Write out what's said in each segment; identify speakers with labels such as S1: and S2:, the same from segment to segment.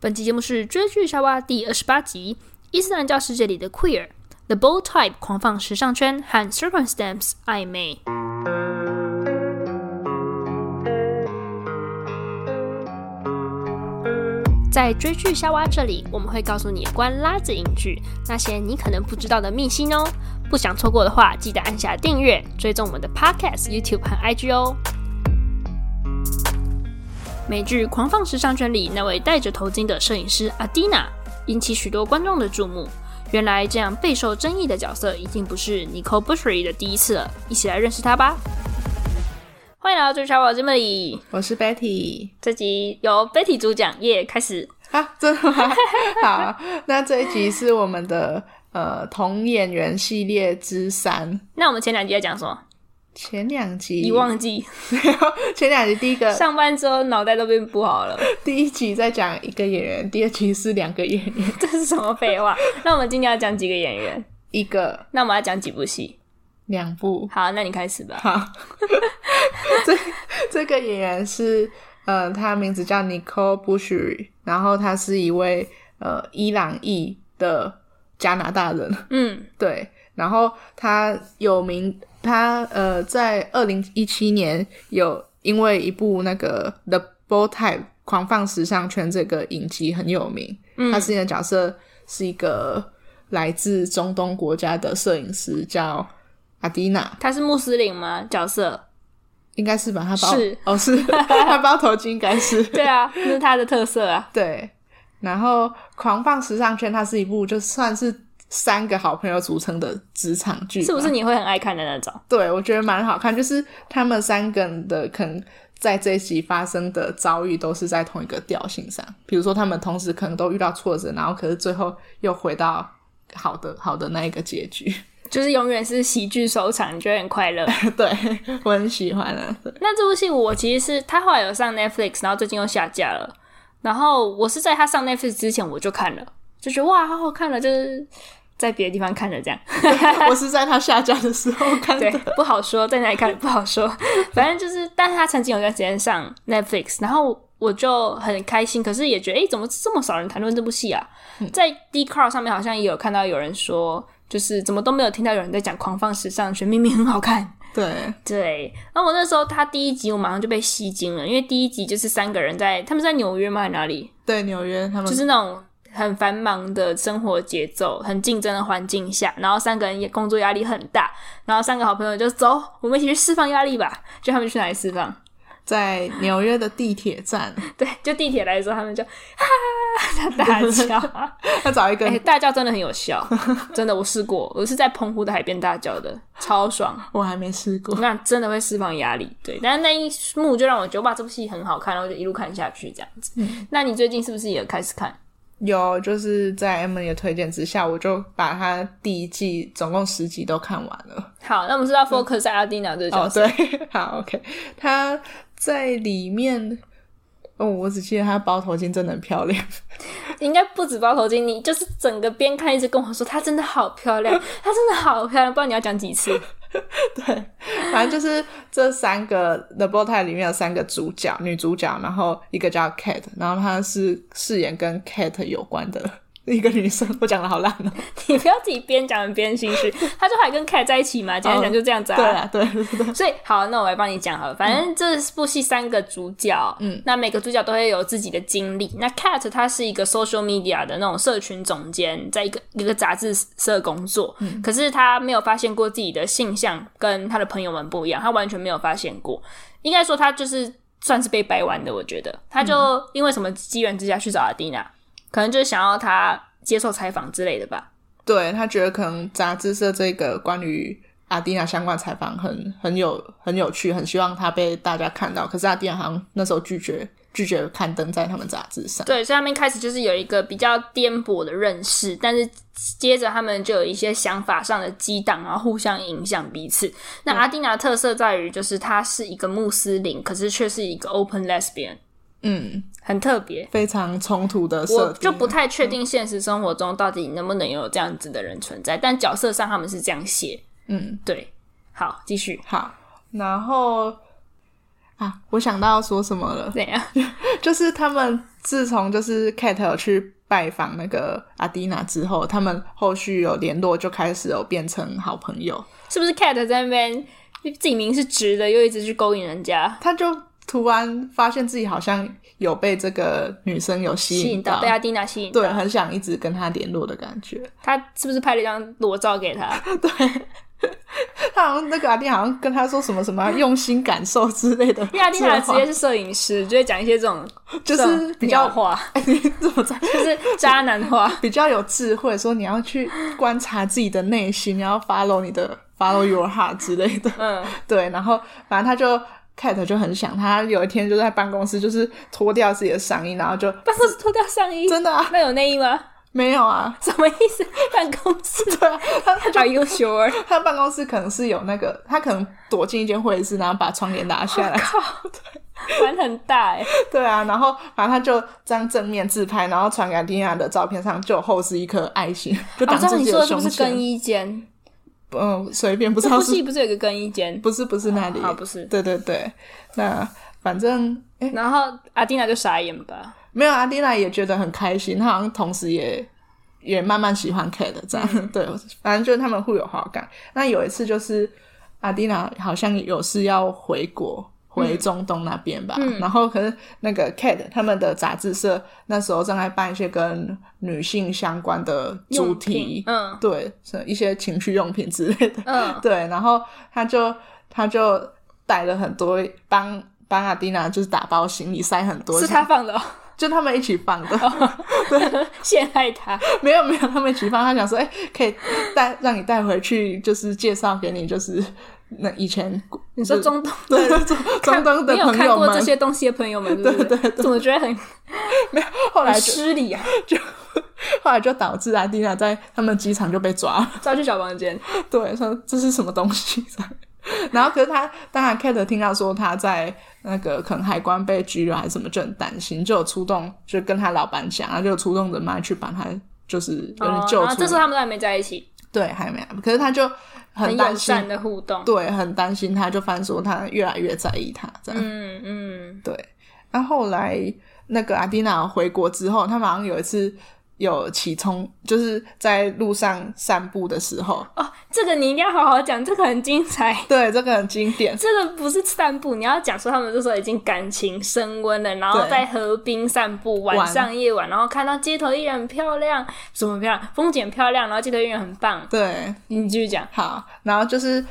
S1: 本期节目是《追剧沙哇》第二十八集：伊斯兰教世界里的 queer、The Bold Type 狂放时尚圈和 Circumstance 暧昧。在追剧夏娃这里，我们会告诉你有关拉子影剧那些你可能不知道的秘辛哦。不想错过的话，记得按下订阅，追踪我们的 Podcast、YouTube 和 IG 哦。美剧《狂放时尚圈》里那位戴着头巾的摄影师阿蒂娜，引起许多观众的注目。原来这样备受争议的角色已经不是 Nicole Bushry 的第一次了，一起来认识她吧。欢迎来到追剧夏娃节目里，
S2: 我是 Betty。
S1: 这集由 Betty 主讲，耶，开始。
S2: 啊，真的 吗？好，那这一集是我们的呃同演员系列之三，
S1: 那我们前两集在讲什么？
S2: 前两集
S1: 遗忘记。
S2: 前两集第一个
S1: 嗯上班之后脑袋都变不好 了，
S2: 第一集在讲一个演员，第二集是两个演员，
S1: 这是什么废话？那我们今天要讲几个演员？
S2: 一个
S1: 那我们要讲几部戏？
S2: 两部。
S1: 好，那你开始吧。
S2: 好，这这个演员是呃，他名字叫 Nicole Bushry，然后他是一位呃伊朗裔的加拿大人。
S1: 嗯，
S2: 对，然后他有名，他呃，在二零一七年有因为一部那个《The Bold Type》狂放时尚圈这个影集很有名。嗯，他饰演的角色是一个来自中东国家的摄影师，叫阿迪娜，
S1: 他是穆斯林吗？角色？
S2: 应该是吧？他包
S1: 是
S2: 哦，是 他包头巾，应该是
S1: 对啊，那是他的特色啊。
S2: 对，然后《狂放时尚圈》它是一部就算是三个好朋友组成的职场剧吧，
S1: 是不是你会很爱看的那种？
S2: 对，我觉得蛮好看，就是他们三个人的可能在这一集发生的遭遇都是在同一个调性上，比如说他们同时可能都遇到挫折，然后可是最后又回到好的好的那一个结局。
S1: 就是永远是喜剧收场，你觉得很快 乐。
S2: 对我很喜欢 啊，对
S1: 那这部戏我其实是他后来有上 Netflix，然后最近又下架了。然后我是在他上 Netflix 之前我就看了，就觉得哇，好好看了，就是在别的地方看的这 样。
S2: 我是在他下架的时候看
S1: 对
S2: 的。，
S1: 不好说，在哪里看不好说。反正就是，但是他曾经有一段时间上 Netflix，然后我就很开心，可是也觉得，诶，怎么这么少人谈论这部戏啊？在 d c a r 上面好像也有看到有人说，就是怎么都没有听到有人在讲《狂放时尚学》，明明很好看。
S2: 对
S1: 对，那我那时候他第一集我马上就被吸睛了，因为第一集就是三个人在，他们是在纽约吗？还是哪里？
S2: 对，纽约他们
S1: 就是那种很繁忙的生活节奏、很竞争的环境下，然后三个人也工作压力很大，然后三个好朋友就走，我们一起去释放压力吧。就他们去哪里释放？
S2: 在纽约的地铁站，
S1: 对，就地铁来的时候，他们就哈大叫，
S2: 要找一个
S1: 哎、大叫真的很有效，真的我试过，我是在澎湖的海边大叫的，超爽。
S2: 我还没试过。
S1: 那真的会释放压力，对。但是那一幕就让我觉得哇，这部戏很好看，然后就一路看下去这样子。
S2: 嗯
S1: 那你最近是不是也开始看？
S2: 有，就是在 Emily 的推荐之下，我就把他第一季总共十集都看完了。
S1: 好，那我们是要 focus 在阿蒂娜这个角
S2: 嗯哦，
S1: 色，
S2: 对， 好，OK，他在里面，哦，我只记得他包头巾真的很漂亮，
S1: 应该不止包头巾，你就是整个边看一直跟我说，她真的好漂亮，她真的好漂亮，不知道你要讲几次。
S2: 反正就是这三个 The b o t i 里面有三个主角，女主角，然后一个叫 Cat，然后她是饰演跟 Cat 有关的一个女生，我讲的好烂哦、
S1: 你不要自己边讲边心虚。她就还跟凯在一起嘛，简单讲就这样子啊。
S2: 对啊，对对 对，
S1: 所以好，那我来帮你讲好了。反正这部戏三个主角，嗯，那每个主角都会有自己的经历。那 Cat 他是一个 social media 的那种社群总监，在一个一个杂志社工作，可是他没有发现过自己的性向跟他的朋友们不一样，他完全没有发现过。应该说他就是算是被掰弯的，我觉得他就因为什么机缘之下去找阿蒂娜，可能就是想要他接受采访之类的吧。
S2: 对她觉得可能杂志社这个关于。阿蒂娜相关采访很很有很有趣，很希望她被大家看到。可是阿蒂娜好像那时候拒绝拒绝刊登在他们杂志上。
S1: 对，所以他们一开始就是有一个比较颠簸的认识，但是接着他们就有一些想法上的激荡，然后互相影响彼此。那
S2: 嗯
S1: 阿蒂娜的特色在于，就是她是一个穆斯林，可是却是一个 open lesbian，
S2: 嗯，
S1: 很特别。
S2: 非常冲突的设
S1: 我
S2: 定，
S1: 就不太
S2: 嗯
S1: 确定现实生活中到底能不能有这样子的人存在，但角色上他们是这样写。
S2: 嗯
S1: 对，好，继续。
S2: 好。然后啊，我想到要说什么了，
S1: 怎样？
S2: 就是他们自从就是 Kate 有去拜访那个阿迪娜之后，他们后续有联络，就开始有变成好朋友。
S1: 是不是 Cat 在那边自己明明是直的，又一直去勾引人家，
S2: 他就突然发现自己好像有被这个女生有吸
S1: 吸引
S2: 到，
S1: 到被阿蒂娜吸引到？
S2: 对，很想一直跟她联络的感觉。
S1: 他是不是拍了一张裸照给他？
S2: 他好像那个阿迪好像跟他说什么什么用心感受之类的，
S1: 因为阿蒂娜的职
S2: 直
S1: 业
S2: 接
S1: 是摄影师，就会讲一些这种
S2: 就是比
S1: 这种鸟
S2: 较
S1: 话，
S2: 怎么在
S1: 就是渣男话。
S2: 比较有智慧，说你要去观察自己的内心，然后 follow 你的 follow your heart 之类的。
S1: 嗯，
S2: 对，然后反正他就 Cat 就很想他，有一天就在办公室就是脱掉自己的上衣，然后就
S1: 办公室脱掉上衣，
S2: 真的啊，
S1: 那有内衣吗？
S2: 没有啊，
S1: 什么意思？办公 室
S2: 对啊，他他就
S1: ？Are you sure？
S2: 他办公室可能是有那个，他可能躲进一间会议室，然后把窗帘拉下
S1: Oh
S2: 来，
S1: 靠，玩很大哎、
S2: 对啊，然后反正他就这样正面自拍，然后传给蒂娜的照片上就有后是一颗爱心，就
S1: 我
S2: 挡
S1: 知道
S2: 自
S1: 哦你
S2: 己
S1: 说的是
S2: 胸
S1: 不是更
S2: 前。
S1: 衣间？
S2: 嗯，随便不知
S1: 这
S2: 道
S1: 部
S2: 是
S1: 戏不是有一个更衣间？
S2: 不是不是那里，
S1: 啊，不是。
S2: 对对对，那反正哎、
S1: 然后阿蒂娜就傻眼吧。
S2: 没有阿蒂娜也觉得很开心，她好像同时也也慢慢喜欢 Kate 这样，
S1: 嗯
S2: 对，反正就是他们互有好感。那有一次就是阿蒂娜好像有事要回国。回中东那边吧，
S1: 嗯
S2: 然后可是那个 Kate 他们的杂志社那时候正在办一些跟女性相关的主
S1: 用
S2: 题
S1: 品，嗯
S2: 对，是一些情趣用品之类的，
S1: 嗯，
S2: 对，然后他就他就带了很多帮帮阿蒂娜就是打包行李，塞很多，
S1: 是他放的、哦，
S2: 就他们一起放的，
S1: 陷害他。
S2: 没有没有，他们一起放。他想说，哎、可以带让你带回去，就是介绍给你，就是那以前你
S1: 你说中东
S2: 对中中东的
S1: 没有
S2: 朋
S1: 看
S2: 友
S1: 过这
S2: 们，
S1: 些东西的朋友们，对不对？怎么觉得很
S2: 后来
S1: 很
S2: 就
S1: 失礼啊？
S2: 后来就导致阿蒂娜在他们机场就被抓了，
S1: 抓去小房间，
S2: 对，说这是什么东西。然后，可是他当然，Kate 听到说他在那个可能海关被拘留还是什么，就很担心，就有出动，就跟他老板讲，然后就有出动人脉去把他就是有点
S1: 哦
S2: 救
S1: 然后
S2: 出来。
S1: 这时候他们都还没在一起，
S2: 对，还没来，可是他就很
S1: 很
S2: 担
S1: 友
S2: 心，
S1: 善的互动。
S2: 对，很担心他，就反正说他越来越在意他这样。
S1: 嗯嗯，
S2: 对，然后后来那个阿蒂娜回国之后，他马上有一次有起冲，就是在路上散步的时候，
S1: 哦，这个你一定要好好讲，这个很精彩。
S2: 对，这个很经典。
S1: 这个不是散步，你要讲说他们这时候已经感情升温了，然后
S2: 对
S1: 在河滨散步，晚上夜晚，然后看到街头艺人很漂亮，什么漂亮，风景很漂亮，然后街头艺人很棒。
S2: 对，
S1: 你继续讲，
S2: 好，然后就是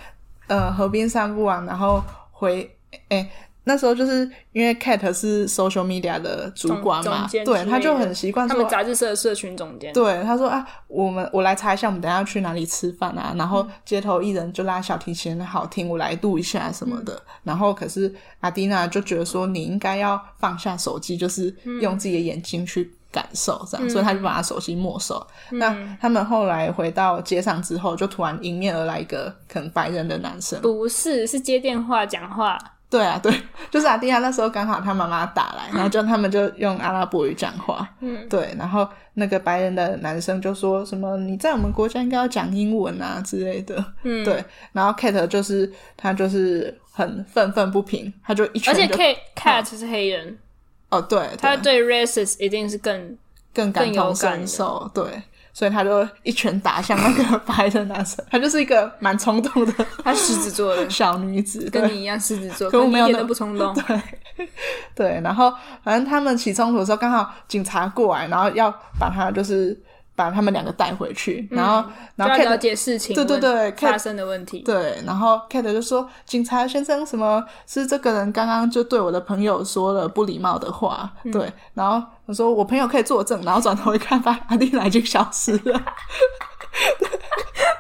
S2: 呃河边散步完，然后回诶、那时候就是因为 Cat 是 social media 的主
S1: 总
S2: 管嘛
S1: 总，监之
S2: 对，
S1: 类
S2: 他就
S1: 的
S2: 很习惯
S1: 他
S2: 说
S1: 们杂志社的社群总监，
S2: 对，他说啊，我们我来查一下，我们等一下去哪里吃饭啊？然后街头艺人就拉小提琴好听，我来录一下什么的。然后可是阿蒂娜就觉得说，你应该要放下手机，就是用自己的眼睛去感受这样，所以他就把他手机没收。那他们后来回到街上之后，就突然迎面而来一个可能白人的男生。
S1: 不是是接电话讲话，
S2: 对啊，对， 就是阿蒂亚那时候刚好他妈妈打来，然后就他们就用阿拉伯语讲话，嗯，对，然后那个白人的男生就说什么你在我们国家应该要讲英文啊之类的，嗯，对，然后 Kate 就是他就是很愤愤不平，他就一拳
S1: 而且
S2: 就
S1: Cat Cat 是黑人，
S2: 哦对，
S1: 他
S2: 对
S1: 对 racist 一定是更
S2: 更感
S1: 更有
S2: 同
S1: 感
S2: 身
S1: 的
S2: 受，对。所以他就一拳打向那个白人男生，他就是一个蛮冲动的，
S1: 他狮子座的
S2: 小女子， 对
S1: 跟你一样狮子座，
S2: 可我
S1: 可你
S2: 没
S1: 一
S2: 有
S1: 点
S2: 那
S1: 都不冲动，
S2: 对， 然后反正他们起冲突的时候，刚好警察过来，然后要把他就是把他们两个带回去，然后
S1: 嗯就
S2: 然后
S1: 要了
S2: Kate
S1: 解事情
S2: 对对对
S1: 问
S2: Cat-
S1: 发生的问题。
S2: 对，然后 Kate 就说：“警察先生，什么是这个人刚刚就对我的朋友说了不礼貌的话？”
S1: 嗯
S2: 对，然后我说：“我朋友可以作证。”然后转头一看，发现阿丽娜已经消失了。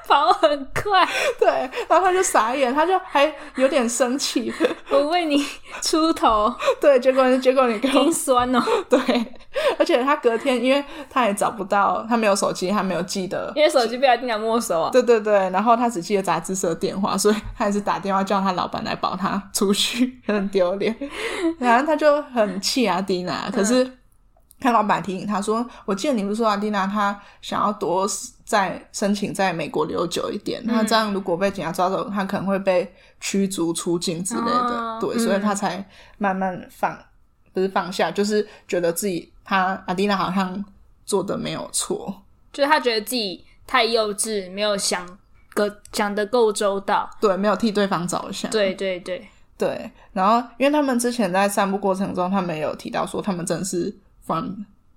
S1: 跑很快，
S2: 对，然后他就傻眼，他就还有点生气。
S1: 我为你出头，
S2: 对，结果结果你跟我
S1: 心酸哦，
S2: 对，而且他隔天，因为他也找不到，他没有手机，他没有记得
S1: 因为手机被阿丁娜没收啊。
S2: 对对对，然后他只记得杂志社的电话，所以他也是打电话叫他老板来保
S1: 嗯
S2: 啊他出去，很丢脸。然后他就很气阿蒂娜，可是看老板提醒他说：“我记得你不是说阿蒂娜她想要多在申请在美国留久一
S1: 嗯
S2: 点，那、这样如果被警察抓走，她可能会被驱逐出境之类的。
S1: 哦
S2: 对，
S1: 嗯
S2: 所以她才慢慢放，不是放下，就是觉得自己她阿蒂娜好像做的没有错。
S1: 就是他觉得自己太幼稚，没有想个想得够周到。
S2: 对，没有替对方着想。
S1: 对对对，
S2: 对，然后因为他们之前在散步过程中，他们也有提到说他们真的是 from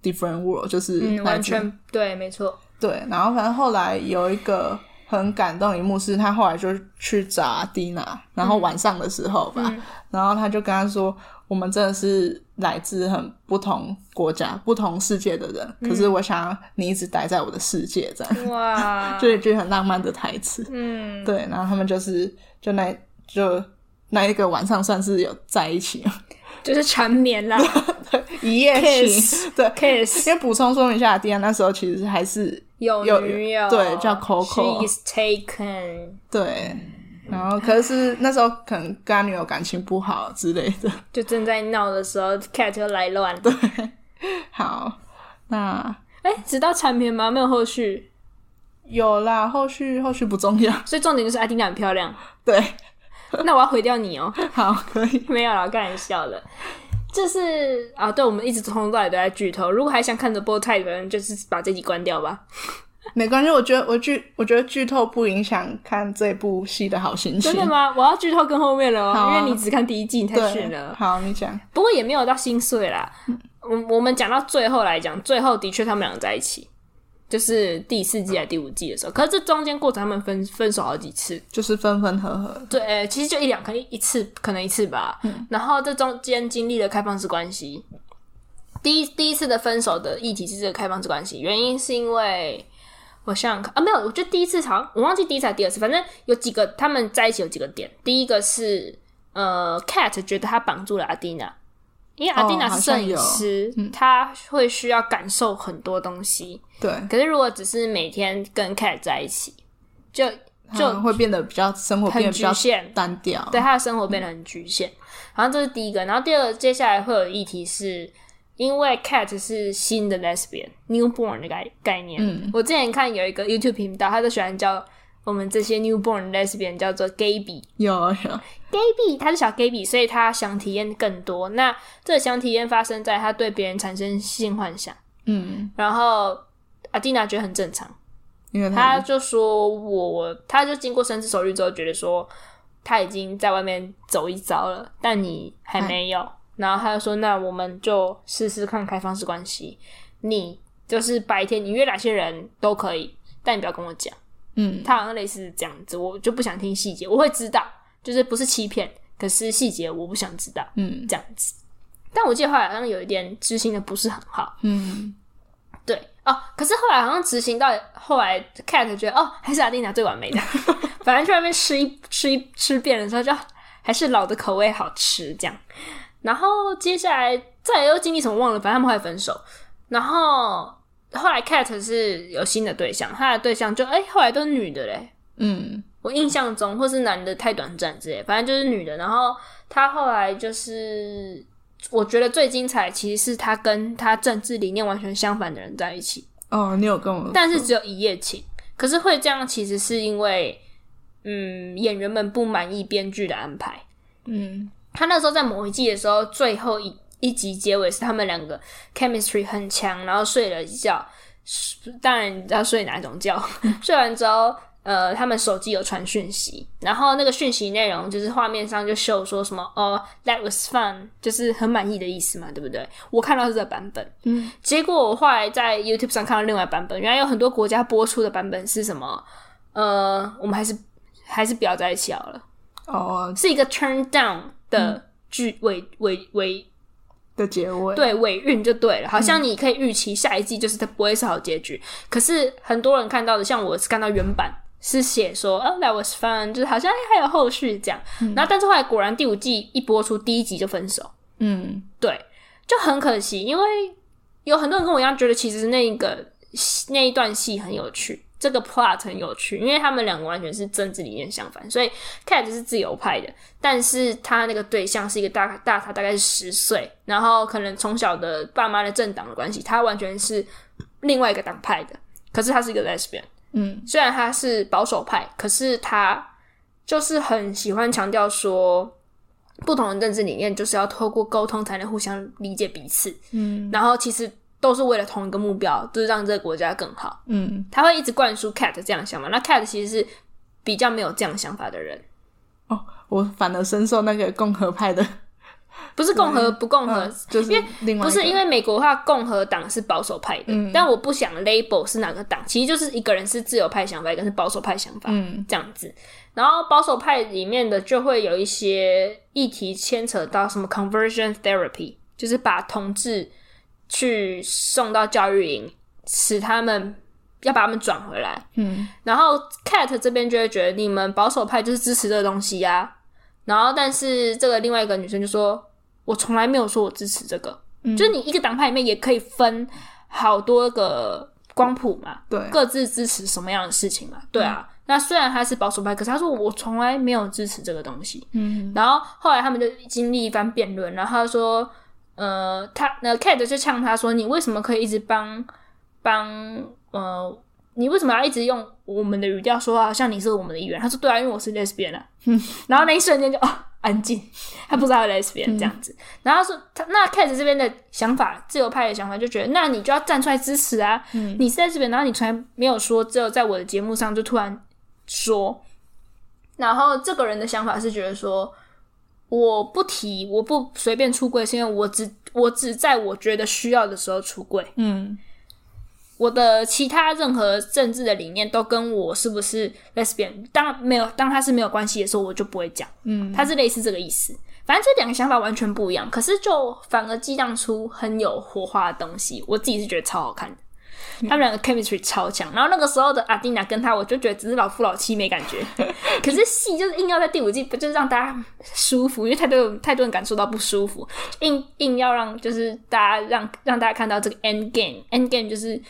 S2: different world，就是
S1: 嗯，
S2: 来
S1: 完
S2: 自
S1: 全对，没 错。
S2: 对，然后反正后来有一个很感动一幕是，他后来就去找阿蒂娜，然后晚上的时候吧，
S1: 嗯
S2: 然后他就跟他说：“我们真的是来自很不同国家、不同世界的人，可
S1: 嗯
S2: 是我想要你一直待在我的世界，这样、
S1: 哇，
S2: 就一句很浪漫的台词。
S1: 嗯，
S2: 对，然后他们就是就那就那一个晚上算是有在一起，
S1: 就是缠绵 啦
S2: 一夜情，对。”
S1: ，kiss
S2: 因为补充说明一下，阿蒂娜那时候其实还是
S1: 有
S2: 有
S1: 女友，
S2: 对叫 Coco
S1: She is taken，
S2: 对，然后可是那时候可能跟他女友感情不好之类的。
S1: 就正在闹的时候，cat 就来乱。
S2: 好，那
S1: 哎，直到缠绵吗？没有后续，
S2: 有啦，后续后续不重要。
S1: 所以重点就是阿丁娜很漂亮。
S2: 对，
S1: 那我要毁掉你哦。
S2: 好，可以。
S1: 没有啦，开玩笑的。就是啊，对，我们一直从头到尾都在剧透。如果还想看 The Bow Tie 的人，就是把这集关掉 吧。
S2: 没关系，我觉得我剧我觉得剧透不影响看这部戏的好心情。
S1: 真的吗？我要剧透更后面了哦，
S2: 好啊
S1: 因为你只看第一季，你太逊
S2: 对，
S1: 了。
S2: 好，你讲。
S1: 不过也没有到心碎啦。我我们讲到最后来讲，最后的确他们俩在一起，就是第四季还是第五季的时候。可是这中间过程，他们分分手好几次。
S2: 就是分分合合，
S1: 对，呃其实就一两，可能一次，可能一次吧。
S2: 嗯
S1: 然后这中间经历了开放式关系，第一第一次的分手的议题是这个开放式关系，原因是因为我想想看啊，没有，我觉得第一次好像我忘记第一次还是第二次，反正有几个他们在一起有几个点，第一个是呃，Cat 觉得他绑住了阿蒂娜。因为阿蒂娜
S2: 哦好
S1: 是
S2: 像
S1: 摄影
S2: 有嗯
S1: 师，他会需要感受很多东西。
S2: 对，
S1: 可是如果只是每天跟 Cat 在一起，就就
S2: 他们会变得比较生活变得
S1: 很
S2: 比
S1: 局
S2: 较
S1: 限，
S2: 单调。
S1: 对，他的生活变得很局限。然后这是第一个，然后第二个接下来会有议题是，因为 cat 是新的 lesbian newborn 的概概念。嗯，我之前看有一个 YouTube 频道，他就喜欢叫我们这些 newborn lesbian 叫做 gayby。
S2: 有有，
S1: gayby 他是小 gayby，所以他想体验更多。那这个想体验发生在他对别人产生性幻想，
S2: 嗯，
S1: 然后阿蒂娜觉得很正常。
S2: 因为
S1: 他
S2: 他
S1: 就说我，他就经过深思熟虑之后，觉得说他已经在外面走一遭了，但你还没有。然后他就说，那我们就试试看开放式关系，你就是白天你约哪些人都可以，但你不要跟我讲。
S2: 嗯，
S1: 他好像类似这样子，我就不想听细节，我会知道，就是不是欺骗，可是细节我不想知道，
S2: 嗯
S1: 这样子。但我记得后来好像有一点执行的不是很好，
S2: 嗯，
S1: 对哦，可是后来好像执行到后来，Cat 觉得哦，还是阿蒂娜最完美的。反正去外面吃一吃一吃遍了之后，就还是老的口味好吃这样。然后接下来再又经历什么忘了，反正他们后来分手。然后后来 Cat 是有新的对象，他的对象就哎、后来都是女的嘞。
S2: 嗯，
S1: 我印象中或是男的太短暂之类，反正就是女的。然后他后来就是，我觉得最精彩其实是他跟他政治理念完全相反的人在一起。
S2: 哦，你有跟我，
S1: 但是只有一夜情。可是会这样，其实是因为，嗯，演员们不满意编剧的安排。
S2: 嗯
S1: 他那时候在某一季的时候，最后一一集结尾是他们两个 chemistry 很强，然后睡了一觉。当然你知道睡哪种觉，睡完之后，呃，他们手机有传讯息，然后那个讯息内容就是画面上就秀说什么哦，that was fun，就是很满意的意思嘛，对不对？我看到是这个版本，
S2: 嗯，
S1: 结果我后来在 YouTube 上看到另外版本，原来有很多国家播出的版本是什么？呃，我们还是还是不要在一起好了，
S2: 哦
S1: 是一个 turn down 的句尾尾尾
S2: 的结尾，
S1: 对尾韵就对了，好像你可以预期下一季就是它不会是好结局。可是很多人看到的，像我是看到原版是写说，哦、t h a t was fun，就是好像哎还有后续这样。然后但是后来果然第五季一播出，第一集就分手，
S2: 嗯，
S1: 对，就很可惜，因为有很多人跟我一样觉得其实那一个那一段戏很有趣，这个 plot 很有趣，因为他们两个完全是政治理念相反，所以 Cat 是自由派的，但是他那个对象是一个大大他大概是十岁，然后可能从小的爸妈的政党的关系，他完全是另外一个党派的，可是他是一个 lesbian，
S2: 嗯，
S1: 虽然他是保守派，可是他就是很喜欢强调说。不同的政治理念就是要透过沟通才能互相理解彼此，
S2: 嗯
S1: 然后其实都是为了同一个目标，就是让这个国家更好。
S2: 嗯
S1: 他会一直灌输 Cat 这样想法。那 Cat 其实是比较没有这样想法的人，
S2: 哦，我反而深受那个共和派 的，
S1: 不是共和不共和，
S2: 嗯就是
S1: 因为
S2: 另外
S1: 不
S2: 一
S1: 是
S2: 个
S1: 因为美国的话，共和党是保守派的，
S2: 嗯
S1: 但我不想 label 是哪个党，其实就是一个人是自由派想法，一个人是保守派想法，
S2: 嗯
S1: 这样子。然后保守派里面的就会有一些议题牵扯到什么 conversion therapy，就是把同志去送到教育营，使他们要把他们转回来。
S2: 嗯
S1: 然后 Cat 这边就会觉得你们保守派就是支持这个东西呀、然后但是这个另外一个女生就说，我从来没有说我支持这个，
S2: 嗯
S1: 就是你一个党派里面也可以分好多个光谱嘛，
S2: 对
S1: 各自支持什么样的事情嘛，对啊。那虽然他是保守派，可是他说我从来没有支持这个东西，
S2: 嗯
S1: 然后后来他们就经历一番辩论，然后他说，呃，他那 Cat 就呛他说，你为什么可以一直帮帮呃，你为什么要一直用我们的语调说话，好像你是我们的一员？他说，对啊，因为我是 lesbian 啊。然后那一瞬间就哦，安静，他不知道他是 lesbian
S2: 嗯
S1: 这样子。然后他说他那 Cat 这边的想法，自由派的想法就觉得，那你就要站出来支持啊，
S2: 嗯
S1: 你是 lesbian，然后你从来没有说，只有在我的节目上就突然说，然后这个人的想法是觉得说，我不提，我不随便出柜，是因为我只我只在我觉得需要的时候出柜。
S2: 嗯
S1: 我的其他任何政治的理念都跟我是不是 lesbian 当没有当他是没有关系的时候，我就不会讲。
S2: 嗯
S1: 他是类似这个意思。反正这两个想法完全不一样，可是就反而激荡出很有火花的东西。我自己是觉得超好看的，
S2: 嗯
S1: 他们两个 chemistry 超强。然后那个时候的阿蒂娜跟他，我就觉得只是老夫老妻没感觉，可是戏就是硬要在第五季，就是让大家舒服，因为太多人太多人感受到不舒服，硬硬要让就是大家让让大家看到这个 end game，end game 就是。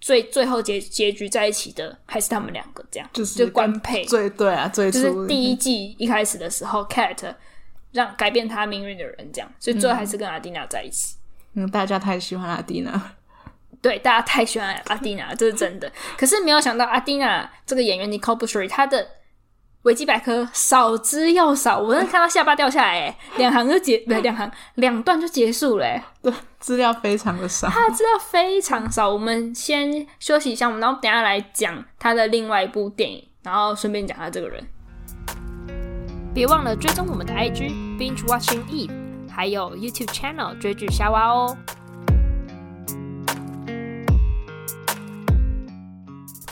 S1: 最最后结结局在一起的还是他们两个这样，
S2: 就是
S1: 就官
S2: 跟
S1: 配，
S2: 最对啊，最
S1: 就
S2: 初
S1: 是第一季一开始的时候，Cat 让改变他命运的人这样，所以最后还是跟阿蒂娜在一起。
S2: 嗯，大家太喜欢阿蒂娜，
S1: 对，大家太喜欢阿蒂娜，这是真的。可是没有想到阿蒂娜这个演员 Nicole Bushry，她的维基百科少之又少，我真的看到下巴掉下来、欸，两行就结，不是两行两段就结束了、欸。
S2: 对，资料非常的少，
S1: 他资料非常少，我们先休息一下，我们然后等一下来讲他的另外一部电影，然后顺便讲他这个人。别忘了追踪我们的 IG binge watching eve，还有 YouTube channel 追剧瞎挖哦。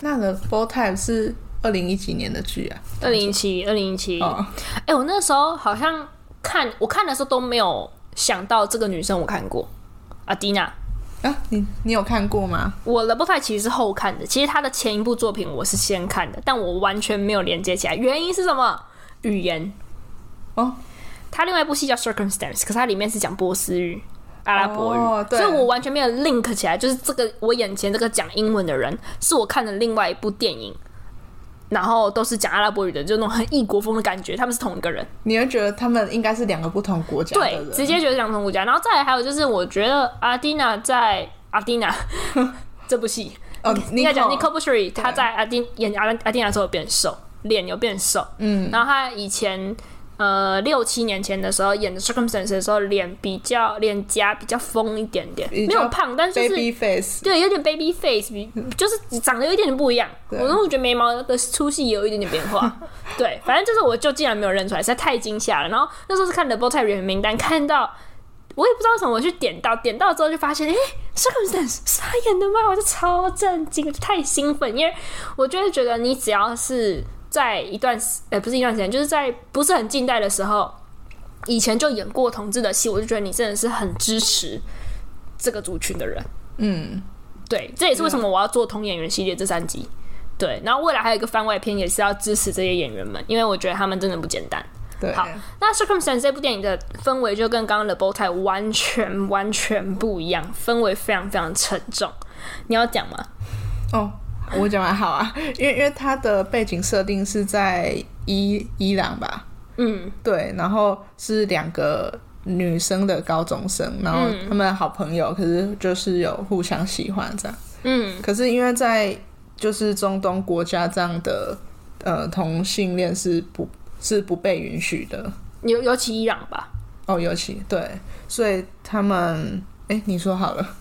S2: 那个 Full Time 是二零一几年的剧啊？
S1: 二零一七，二零一七。哎、
S2: 哦，
S1: 我那时候好像看，我看的时候都没有想到这个女生我看过，阿迪娜。
S2: 啊，你你有看过吗？
S1: 我《The b o t 其实是后看的，其实他的前一部作品我是先看的，但我完全没有连接起来。原因是什么？语言。
S2: 哦，
S1: 他另外一部戏叫《Circumstance》，可是它里面是讲波斯语、阿拉伯语，
S2: 哦对
S1: 所以我完全没有 link 起来。就是这个我眼前这个讲英文的人，是我看的另外一部电影，然后都是讲阿拉伯语的，就那种很异国风的感觉，他们是同一个人。
S2: 你会觉得他们应该是两个不同国家的
S1: 对，
S2: 人，
S1: 直接觉得讲同国家。然后再来还有就是，我觉得阿蒂娜在阿蒂娜 这部戏，
S2: 哦，
S1: 应该讲
S2: Nicole
S1: Nicole Bushry，她在阿丁演阿阿丁的时候有变瘦，脸有变瘦。
S2: 嗯，
S1: 然后她以前呃六七年前的时候演的《Circumstance》的时候，脸比较脸颊比较丰一点点，
S2: 比
S1: 没
S2: 较
S1: 有胖，但就是
S2: Baby Face，
S1: 对有点 baby face，比就是长得有一点点不一样。
S2: 对
S1: 我都会觉得眉毛的粗细也有一点点变化。对，反正就是我就竟然没有认出来，实在太惊吓了。然后那时候是看《The b o t 原名单，看到。我也不知道为什么，我去点到，点到之后就发现，哎、c i r c u m s t a n c e 是他演的吗？我就超震惊，我就太兴奋，因为我就会觉得，你只要是在一段时，呃，不是一段时间，就是在不是很近代的时候，以前就演过同志的戏，我就觉得你真的是很支持这个族群的人。
S2: 嗯，
S1: 对，这也是为什么我要做同演员系列这三集。对，然后未来还有一个番外篇，也是要支持这些演员们，因为我觉得他们真的不简单。
S2: 对，
S1: 好，那《Circumstance》这部电影的氛围就跟刚刚《The Bow Tie》完全完全不一样，氛围非常非常沉重。你要讲吗？
S2: 哦，我讲完好啊，因为因为它的背景设定是在伊伊朗吧，
S1: 嗯，
S2: 对，然后是两个女生的高中生，然后
S1: 嗯
S2: 他们好朋友，可是就是有互相喜欢这样。
S1: 嗯，
S2: 可是因为在就是中东国家这样的呃同性恋是不是不被允许的
S1: 尤尤其伊朗吧，
S2: 哦，尤其对，所以他们哎，你说好了，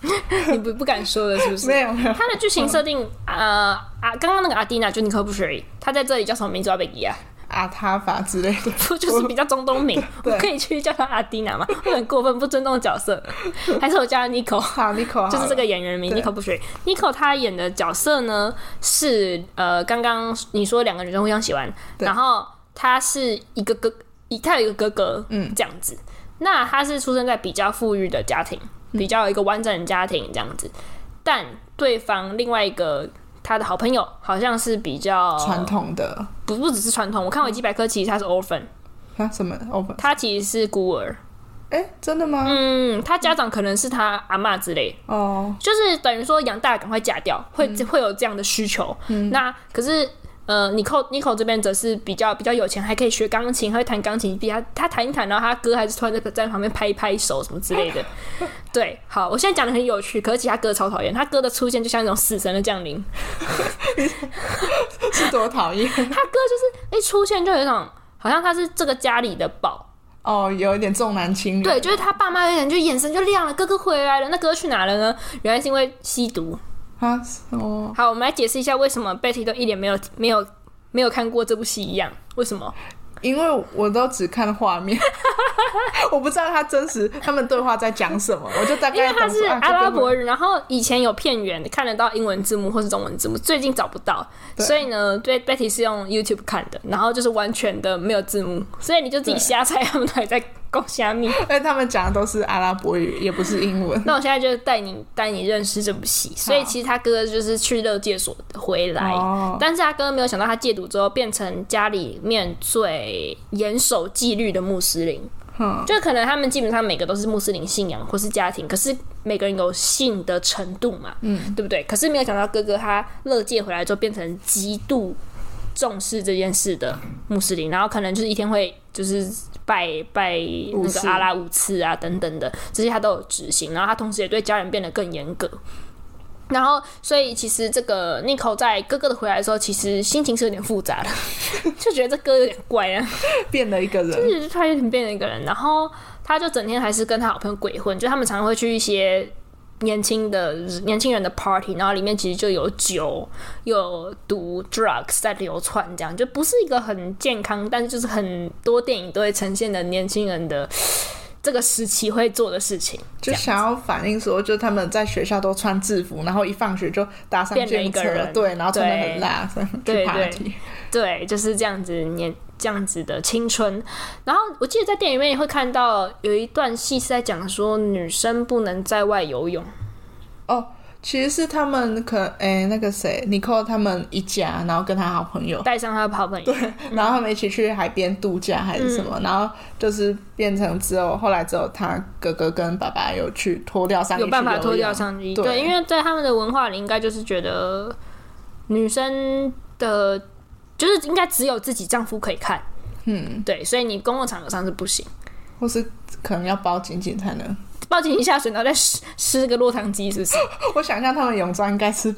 S1: 你不不敢说了是不是？
S2: 没有没有，
S1: 它的剧情设定，呃，啊，刚刚那个阿蒂娜就 n i c o b u s h e r 她在这里叫什么名字？阿贝吉啊，
S2: 阿塔法之类的，
S1: 不 就是比较中东名？
S2: 对
S1: 我可以去叫她阿蒂娜吗？ 会很过分，不尊重角 色，还是我叫她 Nico？
S2: 好，Nico
S1: 就是这
S2: 个
S1: 个演员名
S2: 对
S1: Nico 不水。Nico 他演的角色呢是呃，刚刚你说两个女生互相喜欢，
S2: 对
S1: 然后他是一个哥，一他有一个哥哥，
S2: 嗯，
S1: 这样子。那他是出生在比较富裕的家庭，
S2: 嗯
S1: 比较有一个完整的家庭这样子，但对方另外一个。他的好朋友好像是比较
S2: 传，统的
S1: 不不只是传统。我看维基百科，其实他是 orphan，
S2: 啊什么 open，
S1: 他其实是孤儿。
S2: 哎，真的吗？
S1: 嗯，他家长可能是他阿嬷之类，
S2: 哦，
S1: 就是等于说养大赶快嫁掉，会、会有这样的需求。那可是呃，Nico Nico 这边则是比较比较有钱，还可以学钢琴，还会弹钢琴。比他他弹一弹，然后他哥还是突然在在旁边拍一拍手什么之类的。对，好，我现在讲的很有趣，可是其实他哥超讨厌，他哥的出现就像那种死神的降临。
S2: 是多讨厌
S1: 他哥就是一出现就有一种好像他是这个家里的宝，
S2: 哦，有一点重男轻女，
S1: 对，就是他爸妈有点就眼神就亮了，哥哥回来了，那哥哥去哪了呢？原来是因为吸毒。
S2: 啊哦，
S1: 好，我们来解释一下为什么 Betty 都一脸没有没有没有看过这部戏一样，为什么？
S2: 因为我都只看 画面，我不知道他真实他们对话在讲什么，我就大
S1: 因为
S2: 概懂
S1: 他
S2: 说
S1: 是
S2: 啊
S1: 阿
S2: 这
S1: 拉
S2: 个
S1: 伯人，然后以前有片源看得到英文字幕或是中文字幕，最近找不到，
S2: 对
S1: 所以呢，对 Betty 是用 YouTube 看的，然后就是完全的没有字幕，所以你就自己
S2: 对
S1: 瞎猜他们到底在搞虾米。
S2: 哎，他们讲的都是阿拉伯语，也不是英文。
S1: 那我现在就带你带你认识这部戏，所以其实他哥哥就是去乐戒所回来，
S2: 哦
S1: 但是他哥哥没有想到他戒毒之后变成家里面最严守纪律的穆斯林，
S2: 嗯，
S1: 就可能他们基本上每个都是穆斯林信仰或是家庭，可是每个人有信的程度嘛，嗯，对不对？可是没有想到哥哥他乐界回来之后变成极度重视这件事的穆斯林，然后可能就是一天会就是拜拜那
S2: 五
S1: 个
S2: 次
S1: 阿拉五次啊等等的，这些他都有执行，然后他同时也对家人变得更严格。然后，所以其实这个 n i c o 在哥哥的回来的时候，其实心情是有点复杂的， 就觉得这哥有点怪啊。
S2: 变了一个人，
S1: 就是他有点变了一个人，然后他就整天还是跟他好朋友鬼混，就他们常常会去一些年轻的年轻人的 party，然后里面其实就有酒、有毒 drugs 在流窜，这样就不是一个很健康，但是就是很多电影都会呈现的年轻人的这个时期会做的事情，
S2: 就想要反映说，就他们在学校都穿制服，然后一放学就搭上
S1: 变了一个
S2: 电车，
S1: 人
S2: 对，然后穿的
S1: 对
S2: 很辣，这样
S1: 对
S2: 去 party。
S1: 对，就是这样子年这样子的青春。然后我记得在电影里面也会看到有一段戏是在讲说女生不能在外游泳。
S2: 哦，其实是他们可哎、那个谁，尼寇他们一家，然后跟他好朋友，
S1: 带上他的好朋友，
S2: 然后他们一起去海边度假还是什
S1: 嗯
S2: 么，然后就是变成只有后来只有他哥哥跟爸爸有去脱掉上衣，
S1: 有办法脱掉，上衣。
S2: 对
S1: 对，因为在他们的文化里，应该就是觉得女生的，就是应该只有自己丈夫可以看。
S2: 嗯，
S1: 对，所以你公共场合上是不行，
S2: 或是可能要包紧紧才能。
S1: 抱紧一下水，然后再湿湿个落汤鸡，是不 是？
S2: 我想象他们泳装应该是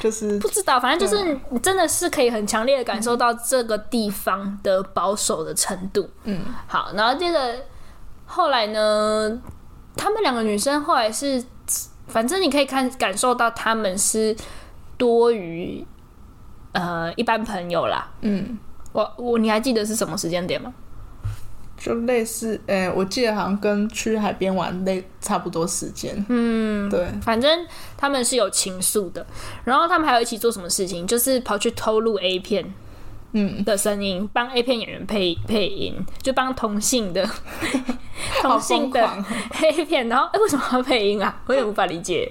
S2: 就是
S1: 不知道，反正
S2: 啊
S1: 就是你真的是可以很强烈的感受到这个地方的保守的程度。
S2: 嗯，
S1: 好，然后接着后来呢，他们两个女生后来是，反正你可以看感受到他们是多于呃一般朋友啦。
S2: 嗯，
S1: 我我你还记得是什么时间点吗？
S2: 就类似，呃、我记得好像跟去海边玩类差不多时间。嗯，对，
S1: 反正他们是有情愫的，然后他们还有一起做什么事情，就是跑去偷录 A 片。
S2: 嗯，
S1: 的声音，帮 A 片演员配配音，就帮同性 的同
S2: 好
S1: 性
S2: 疯
S1: 的
S2: 狂哦
S1: A 片，然后哎、为什么要配音 啊？我也无法理解，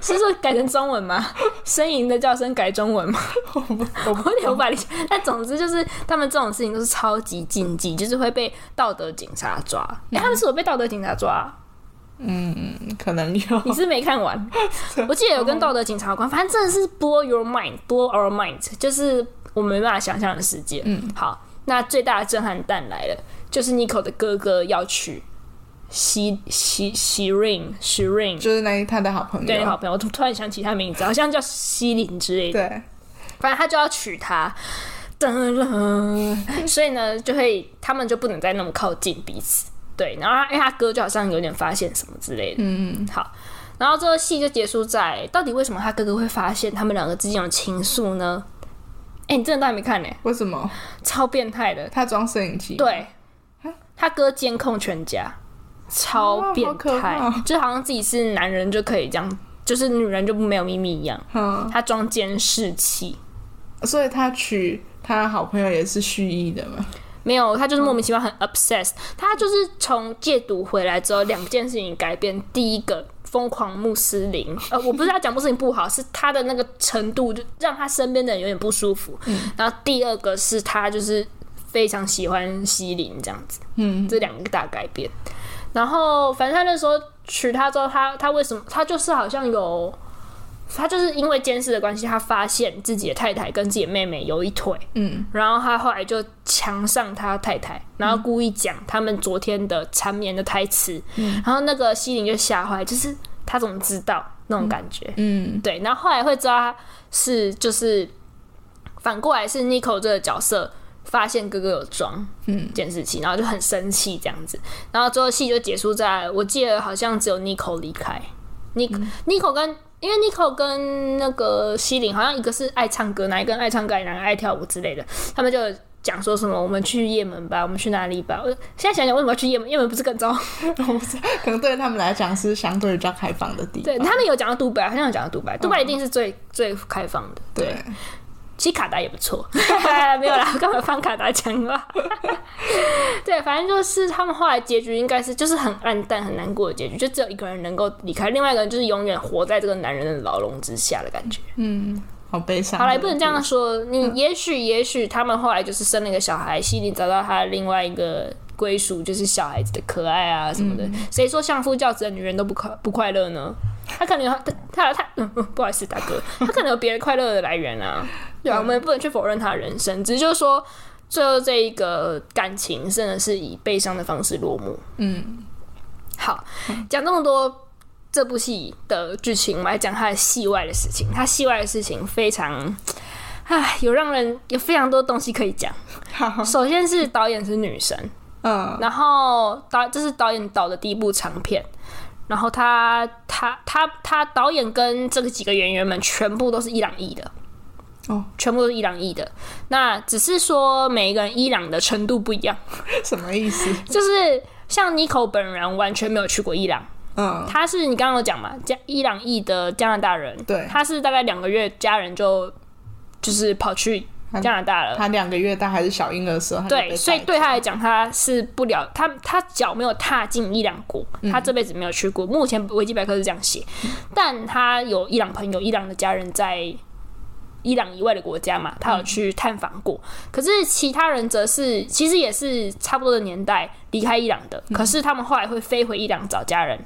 S1: 是说改成中文吗？呻吟的叫声改中文吗？
S2: 我不，我不
S1: 我有点无法理解。但总之就是他们这种事情都是
S2: 嗯
S1: 超级禁忌，就是会被道德警察抓。哎、他们是有被道德警察抓啊、
S2: 可能有。
S1: 你是没看完？我记得有跟道德警察有关，反正真的是 blow your mind, blow our mind，就是我们没办法想象的世界。嗯，好，那最大的震撼弹来了，就是 Nico 的哥哥要娶西西西 Rain 西 Rain，
S2: 就是那一他的好朋友，
S1: 对，好朋友，我突突然想起他名字，好像叫西林之类的，
S2: 对
S1: 反正他就要娶她。噔噔，所以呢，就会他们就不能再那么靠近彼此。对，然后他因为他哥就好像有点发现什么之类的。嗯，好。然后这个戏就结束在到底为什么他哥哥会发现他们两个之间有情愫呢？哎、你真的都还没看呢、
S2: 为什么
S1: 超变态的。
S2: 他装摄影机？，
S1: 对，他哥监控全家，超变态，
S2: 嗯啊好可怕
S1: 就好像自己是男人就可以这样，就是女人就没有秘密一样。
S2: 嗯，
S1: 他装监视器，
S2: 所以他娶他好朋友也是蓄意的嘛？
S1: 没有，他就是莫名其妙很 obsessed。他就是从戒毒回来之后，两件事情改变。第一个，疯狂穆斯林，呃，我不是要讲穆斯林不好，是他的那个程度就让他身边的人有点不舒服。然后第二个是他就是非常喜欢西林这样子，
S2: 嗯，
S1: 这两个大改变。然后反正他那时候娶她之后，他他为什么他就是好像有。他就是因为监视的关系，他发现自己的太太跟自己的妹妹有一腿，
S2: 嗯，
S1: 然后他后来就强上他太太，然后故意讲他们昨天的缠绵的台词，然后那个西林就吓坏，就是他怎么知道那种感觉，
S2: 嗯，
S1: 对，然后后来会知道他是就是反过来是 n i c o 这个角色发现哥哥有装嗯监视器，然后就很生气这样子，然后最后戏就结束在我记得好像只有 n i c o 离开 n i c o n i c o 跟。因为 n i c o 跟那个西林好像一个是爱唱歌，哪一个爱唱歌，哪一个爱跳舞之类的，他们就讲说什么我们去也门吧，我们去哪里吧。我现在想想为什么要去也门？也门不是更糟？
S2: 可能对他们来讲是相对比较开放的地方。
S1: 对他们有讲到杜拜，好像有讲到杜拜，杜拜一定是最、最开放的。对，
S2: 对，
S1: 其实卡达也不错， 没有啦，我干嘛放卡达讲话？ 对，反正就是他们后来结局应该是就是很暗淡、很难过的结局，就只有一个人能够离开，另外一个人就是永远活在这个男人的牢笼之下的感觉。
S2: 好悲伤。
S1: 好了，也不能这样说，你也许也许他们后来就是生了一个小孩，希林找到他的另外一个归属，就是小孩子的可爱啊什么的。谁说相夫教子的女人都不快不快乐呢？他可能有他他他、嗯，不好意思，大哥，他可能有别人快乐的来源啊。 对啊，我们不能去否认他的人生，只是就是说最后这一个感情真的是以悲伤的方式落幕。
S2: 嗯，
S1: 好，讲这么多这部戏的剧情，我们来讲它的戏外的事情。它戏外的事情非常，唉，有让人有非常多东西可以讲。
S2: 好，
S1: 首先是导演是女神，
S2: 嗯，
S1: 然后导这是导演导的第一部长片，然后他他他他导演跟这个几个演员们全部都是伊朗裔的，
S2: 哦，
S1: 全部都是伊朗裔的。那只是说每一个人伊朗的程度不一样，
S2: 什么意思？
S1: 就是像 n i c o 本人完全没有去过伊朗。
S2: 嗯，
S1: 他是你刚刚有讲嘛，加伊朗裔的加拿大人，
S2: 对
S1: 他是大概两个月，家人就就是跑去加拿大了。
S2: 他两个月大还是小婴儿的时候，他就被
S1: 对，
S2: 带
S1: 所以对他来讲，他是不了他他脚没有踏进伊朗国，
S2: 嗯
S1: 他这辈子没有去过。目前维基百科是这样写，但他有伊朗朋友、伊朗的家人在伊朗以外的国家嘛，他有
S2: 嗯
S1: 去探访过。可是其他人则是其实也是差不多的年代离开伊朗的，
S2: 嗯
S1: 可是他们后来会飞回伊朗找家人。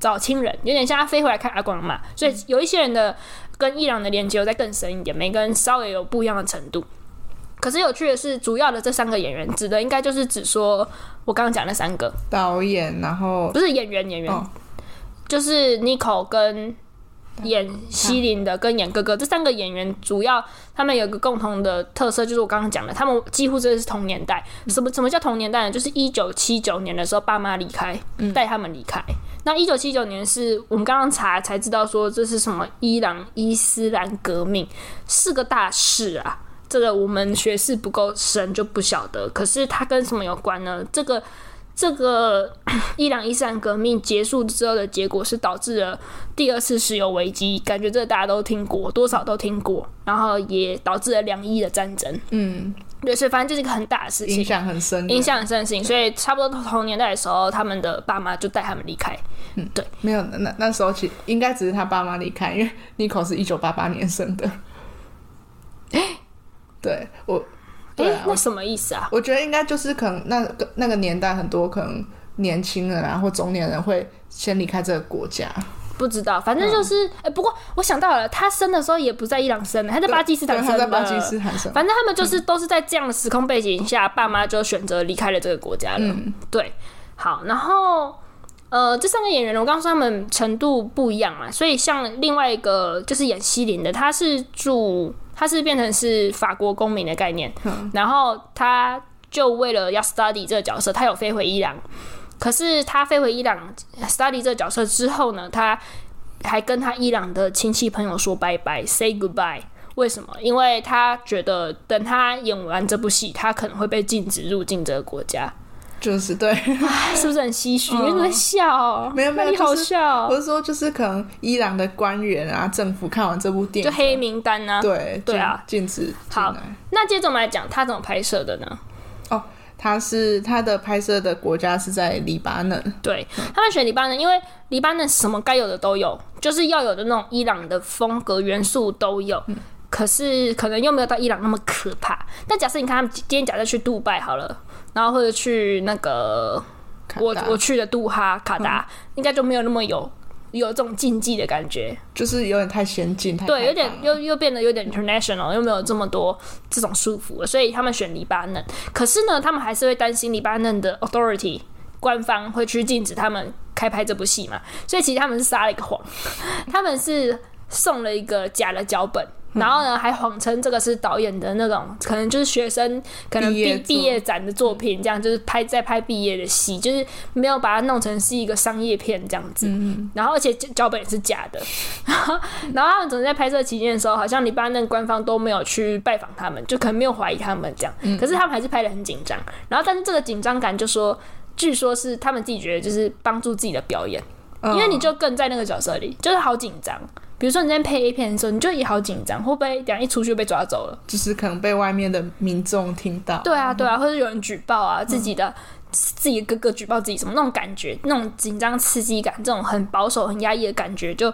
S1: 找亲人，有点像他飞回来看阿光嘛，所
S2: 嗯
S1: 以有一些人的跟伊朗的连接又再更深一点，每个人稍微有不一样的程度。可是有趣的是，主要的这三个演员指的应该就是指说我刚刚讲那三个，
S2: 导演，然后
S1: 不是演员演员，
S2: 哦
S1: 就是 n i c o 跟演西林的跟演哥哥这三个演员，主要他们有一个共同的特色，就是我刚刚讲的，他们几乎真的是同年代。什么什么叫同年代呢？就是一九七九年的时候，爸妈离开，带他们离开。那一九七九年是我们刚刚查才知道说这是什么伊朗伊斯兰革命，是个大事啊。这个我们学识不够深就不晓得，可是它跟什么有关呢？这个这个 伊朗伊斯兰革命结束之后的结果是导致了第二次石油危机，感觉这个大家都听过，多少都听过，然后也导致了两伊的战争。
S2: 嗯，
S1: 对，所以反正就是一个很大的事情
S2: 影，响很深，
S1: 影响很深的事情。所以差不多同年代的时候，他们的爸妈就带他们离开。
S2: 没有那那那时候其应该只是他爸妈离开，因为 n i c o 是一九八八年生的。 对我，
S1: 哎、
S2: 对啊，
S1: 那什么意思啊？
S2: 我觉得应该就是可能那个那个年代很多可能年轻人啊或中年人会先离开这个国家。
S1: 不知道，
S2: 嗯
S1: 反正就是，哎、不过我想到了，他生的时候也不在伊朗生的，他在巴基斯坦
S2: 对
S1: 生的。
S2: 他在巴基斯坦生。
S1: 反正他们就是都是在这样的时空背景下，爸妈就选择离开了这个国家了。对，好，然后呃，这三个演员我刚刚说他们程度不一样嘛，啊所以像另外一个就是演西林的，他是住，他是变成是法国公民的概念，然后他就为了要 study 这个角色，他有飞回伊朗。可是他飞回伊朗 study 这个角色之后呢，他还跟他伊朗的亲戚朋友说拜拜，say goodbye。为什么？因为他觉得等他演完这部戏，他可能会被禁止入境这个国家，
S2: 就是对，
S1: 是不是很唏嘘？你为什么在笑？
S2: 嗯
S1: 哦
S2: 没有没有
S1: 那你好
S2: 就是
S1: 笑，哦
S2: 我是说，就是可能伊朗的官员啊、政府看完这部电
S1: 就
S2: 影，
S1: 黑名单啊。
S2: 对
S1: 对啊，
S2: 禁禁止进
S1: 好
S2: 来。
S1: 那接着我们来讲他怎么拍摄的呢？
S2: 哦，它是它的拍摄的国家是在黎巴嫩，
S1: 对他们选黎巴嫩，因为黎巴嫩什么该有的都有，就是要有的那种伊朗的风格元素都有。
S2: 嗯
S1: 可是可能又没有到伊朗那么可怕。但假设你看他们今天假设去杜拜好了，然后或者去那个
S2: 卡
S1: 我
S2: 达嗯
S1: 我去的杜哈卡达，应该就没有那么有有这种禁忌的感觉。
S2: 就是有点太先进，太
S1: 对，有点
S2: 开放了
S1: 又又变得有点 international，又没有这么多这种束缚了，所以他们选黎巴嫩。可是呢，他们还是会担心黎巴嫩的 authority 官方会去禁止他们开拍这部戏嘛，所以其实他们是撒了一个谎， 他们是送了一个假的脚本。
S2: 嗯
S1: 然后呢，还谎称这个是导演的那种，可能就是学生可能
S2: 毕
S1: 毕
S2: 业作
S1: 毕业展的作品，这样就是拍在拍毕业的戏，就是没有把它弄成是一个商业片这样子。
S2: 嗯
S1: 然后而且脚脚本也是假的， 然后他们总是在拍摄期间的时候，好像黎巴嫩官方都没有去拜访他们，就可能没有怀疑他们这样。
S2: 嗯
S1: 可是他们还是拍的很紧张。然后，但是这个紧张感就说，据说是他们自己觉得就是帮助自己的表演，因为你就更在那个角色里，就是好紧张。比如说你在配 A 片的时候，你就也好紧张，会不会等一下一出去就被抓走了？
S2: 嗯就是可能被外面的民众听到，
S1: 对啊，对啊，或者有人举报啊，自己的、自己的哥哥举报自己什么那种感觉，那种紧张刺激感，这种很保守、很压抑的感觉，就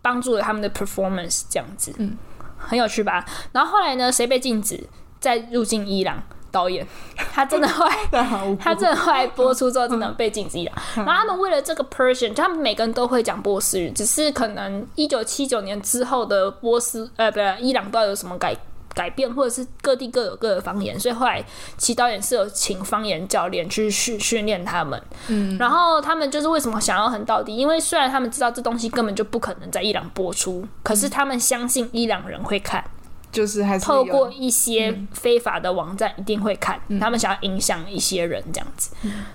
S1: 帮助了他们的 performance 这样子，嗯，很有趣吧？然后后来呢，谁被禁止再入境伊朗？导演，他真的后来
S2: 但好无辜
S1: 他这后来播出之后，真的被禁止了。然后他们为了这个 Persian，就他们每个人都会讲波斯语，只是可能一九七九年之后的波斯呃，不，伊朗不知道有什么改改变，或者是各地各有各的方言，所以后来其导演是有请方言教练去训训练他们。嗯，然后他们就是为什么想要很到底，因为虽然他们知道这东西根本就不可能在伊朗播出，可是他们相信伊朗人会看。
S2: 就是还是
S1: 透
S2: 有
S1: 过一些非法的网站一定会看，他们想要影响一些人这样子，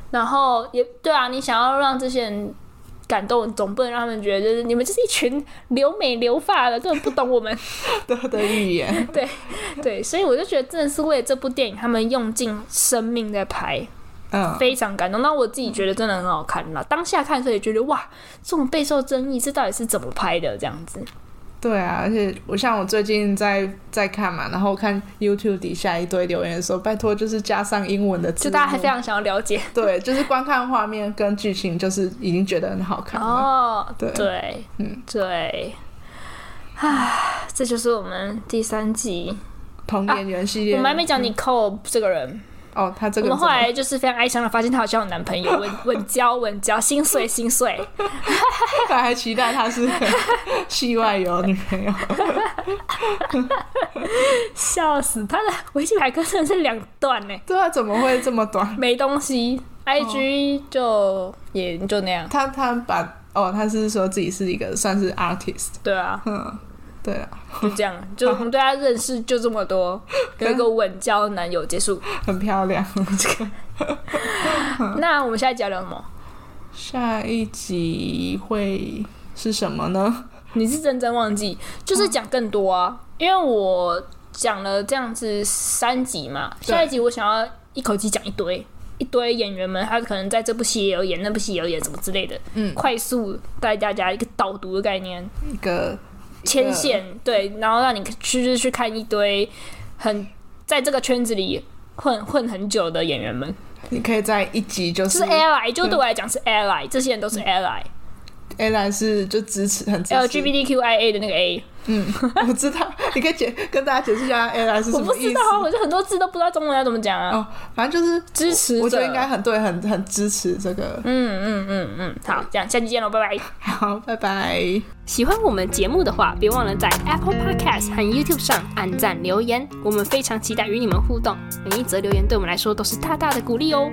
S1: 然后也对啊，你想要让这些人。感动，总不能让他们觉得就是你们就是一群留美留发的，根本不懂我们。
S2: 的的语言，
S1: 对，所以我就觉得真的是为了这部电影，他们用尽生命在拍，
S2: 嗯，
S1: 非常感动。那我自己觉得真的很好看啦，当下看的时候也觉得哇，这种备受争议，这到底是怎么拍的？这样子，
S2: 对啊，而且我像我最近在在看嘛，然后看 YouTube 底下一堆留言说，拜托就是加上英文的字
S1: 就
S2: 幕，
S1: 大家还非常想要了解
S2: 对，就是光看画面跟剧情，就是已经觉得很好看了。
S1: 哦，
S2: 对
S1: 对，嗯，对，唉，这就是我们第三集。
S2: 童年园系列，
S1: 啊我们还没讲 Nicole 这个人，
S2: 哦，他这
S1: 我
S2: 个
S1: 们后
S2: 怎么
S1: 来就是非常哀伤的发现她好像有男朋友，稳稳交稳交，心碎心碎。
S2: 本来还期待她是戏外有女 朋友，
S1: 笑死！她的维基百科真的是两段呢，
S2: 对啊，怎么会这么短？
S1: 没东西。IG
S2: 哦
S1: 就、也就那样，
S2: 他他把哦，他是说自己是一个算是 artist，
S1: 对啊，
S2: 嗯，对啊，
S1: 就这样， 就我们对她认识就这么多，有一个稳交男友结束。
S2: 很漂亮。 这个嗯
S1: 那我们现在讲聊什么？
S2: 下一集会是什么呢？
S1: 你是真真忘记，
S2: 嗯
S1: 就是讲更多啊，因为我讲了这样子三集嘛，
S2: 对
S1: 下一集我想要一口气讲一堆一堆演员们，他可能在这部戏也有演，那部戏也有演什么之类的，
S2: 嗯
S1: 快速带大家一个导读的概念，
S2: 一个
S1: 牵线对，然后让你去去去看一堆很在这个圈子里。混混很久的演员们，
S2: 你可以在一集就
S1: 就是
S2: 嗯
S1: 是 ally，就对我来讲是 ally，这些人都是 ally，
S2: A 兰嗯是就支持很支持
S1: LGBTQIA 的那个 A，
S2: 嗯， 我知道，你可以解跟大家解释一下 A 兰是什
S1: 我
S2: 么
S1: 不
S2: 意
S1: 知
S2: 思
S1: 道啊，我就很多字都不知道中文要怎么讲啊。
S2: 哦，反正就是
S1: 支持者
S2: 我觉得应该很对，很很支持这个。
S1: 嗯嗯嗯嗯，好，这样下期见喽，拜拜。
S2: 好，拜拜。
S1: 喜欢我们节目的话，别忘了在 Apple Podcast 和 YouTube 上按赞留言，我们非常期待与你们互动。每一则留言对我们来说都是大大的鼓励哦。